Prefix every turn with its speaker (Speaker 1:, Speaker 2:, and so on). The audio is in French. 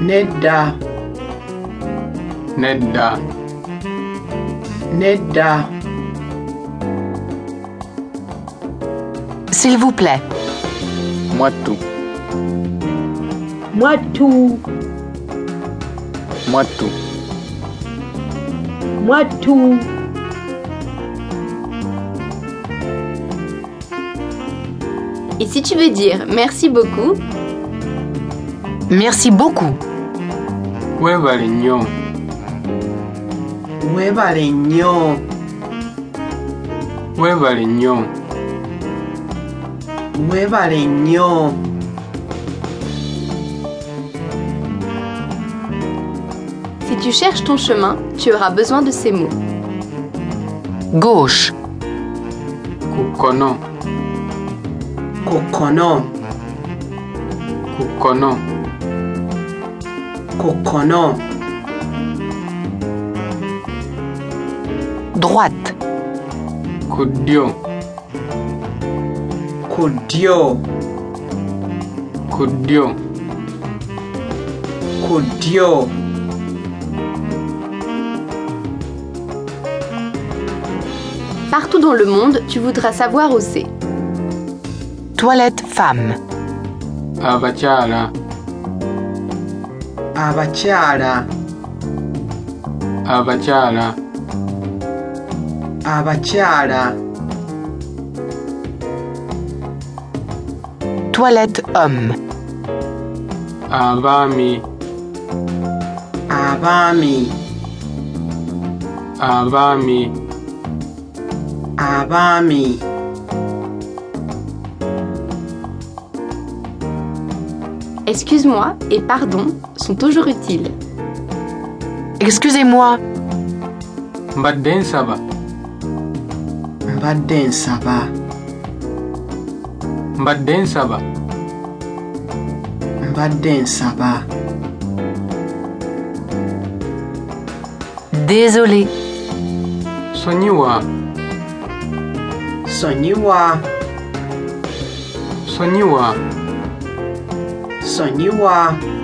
Speaker 1: Ne da,
Speaker 2: Nedda,
Speaker 1: ne da,
Speaker 3: S'il vous plaît.
Speaker 2: moi tout,
Speaker 1: moi tout,
Speaker 2: moi tout,
Speaker 1: moi tout,
Speaker 4: Et si tu veux dire merci beaucoup,
Speaker 3: Merci beaucoup.
Speaker 2: hueva leñón,
Speaker 1: hueva leñón,
Speaker 2: hueva leñón,
Speaker 1: hueva leñón,
Speaker 4: si tu cherches ton chemin, tu auras besoin de ces mots.
Speaker 3: Gauche.
Speaker 2: cuconó,
Speaker 1: coconó,
Speaker 2: cuconó,
Speaker 1: coconó,
Speaker 3: Droite.
Speaker 2: cudió,
Speaker 1: cudió,
Speaker 2: cudió,
Speaker 1: cudió,
Speaker 4: Partout dans le monde, tu voudras savoir où c'est.
Speaker 3: Toilette femme.
Speaker 2: abachala,
Speaker 1: abachara,
Speaker 2: abachala,
Speaker 1: abachara,
Speaker 3: Toilette homme.
Speaker 2: abami,
Speaker 1: abami,
Speaker 2: abami,
Speaker 1: abami,
Speaker 4: Excuse-moi et pardon sont toujours utiles.
Speaker 3: Excusez-moi.
Speaker 2: badensaba,
Speaker 1: mbadde nsaba,
Speaker 2: badensaba,
Speaker 1: mbadde nsaba,
Speaker 3: Désolé.
Speaker 2: soñiwa,
Speaker 1: sonyiwa,
Speaker 2: soñiwa,
Speaker 1: sonyiwa,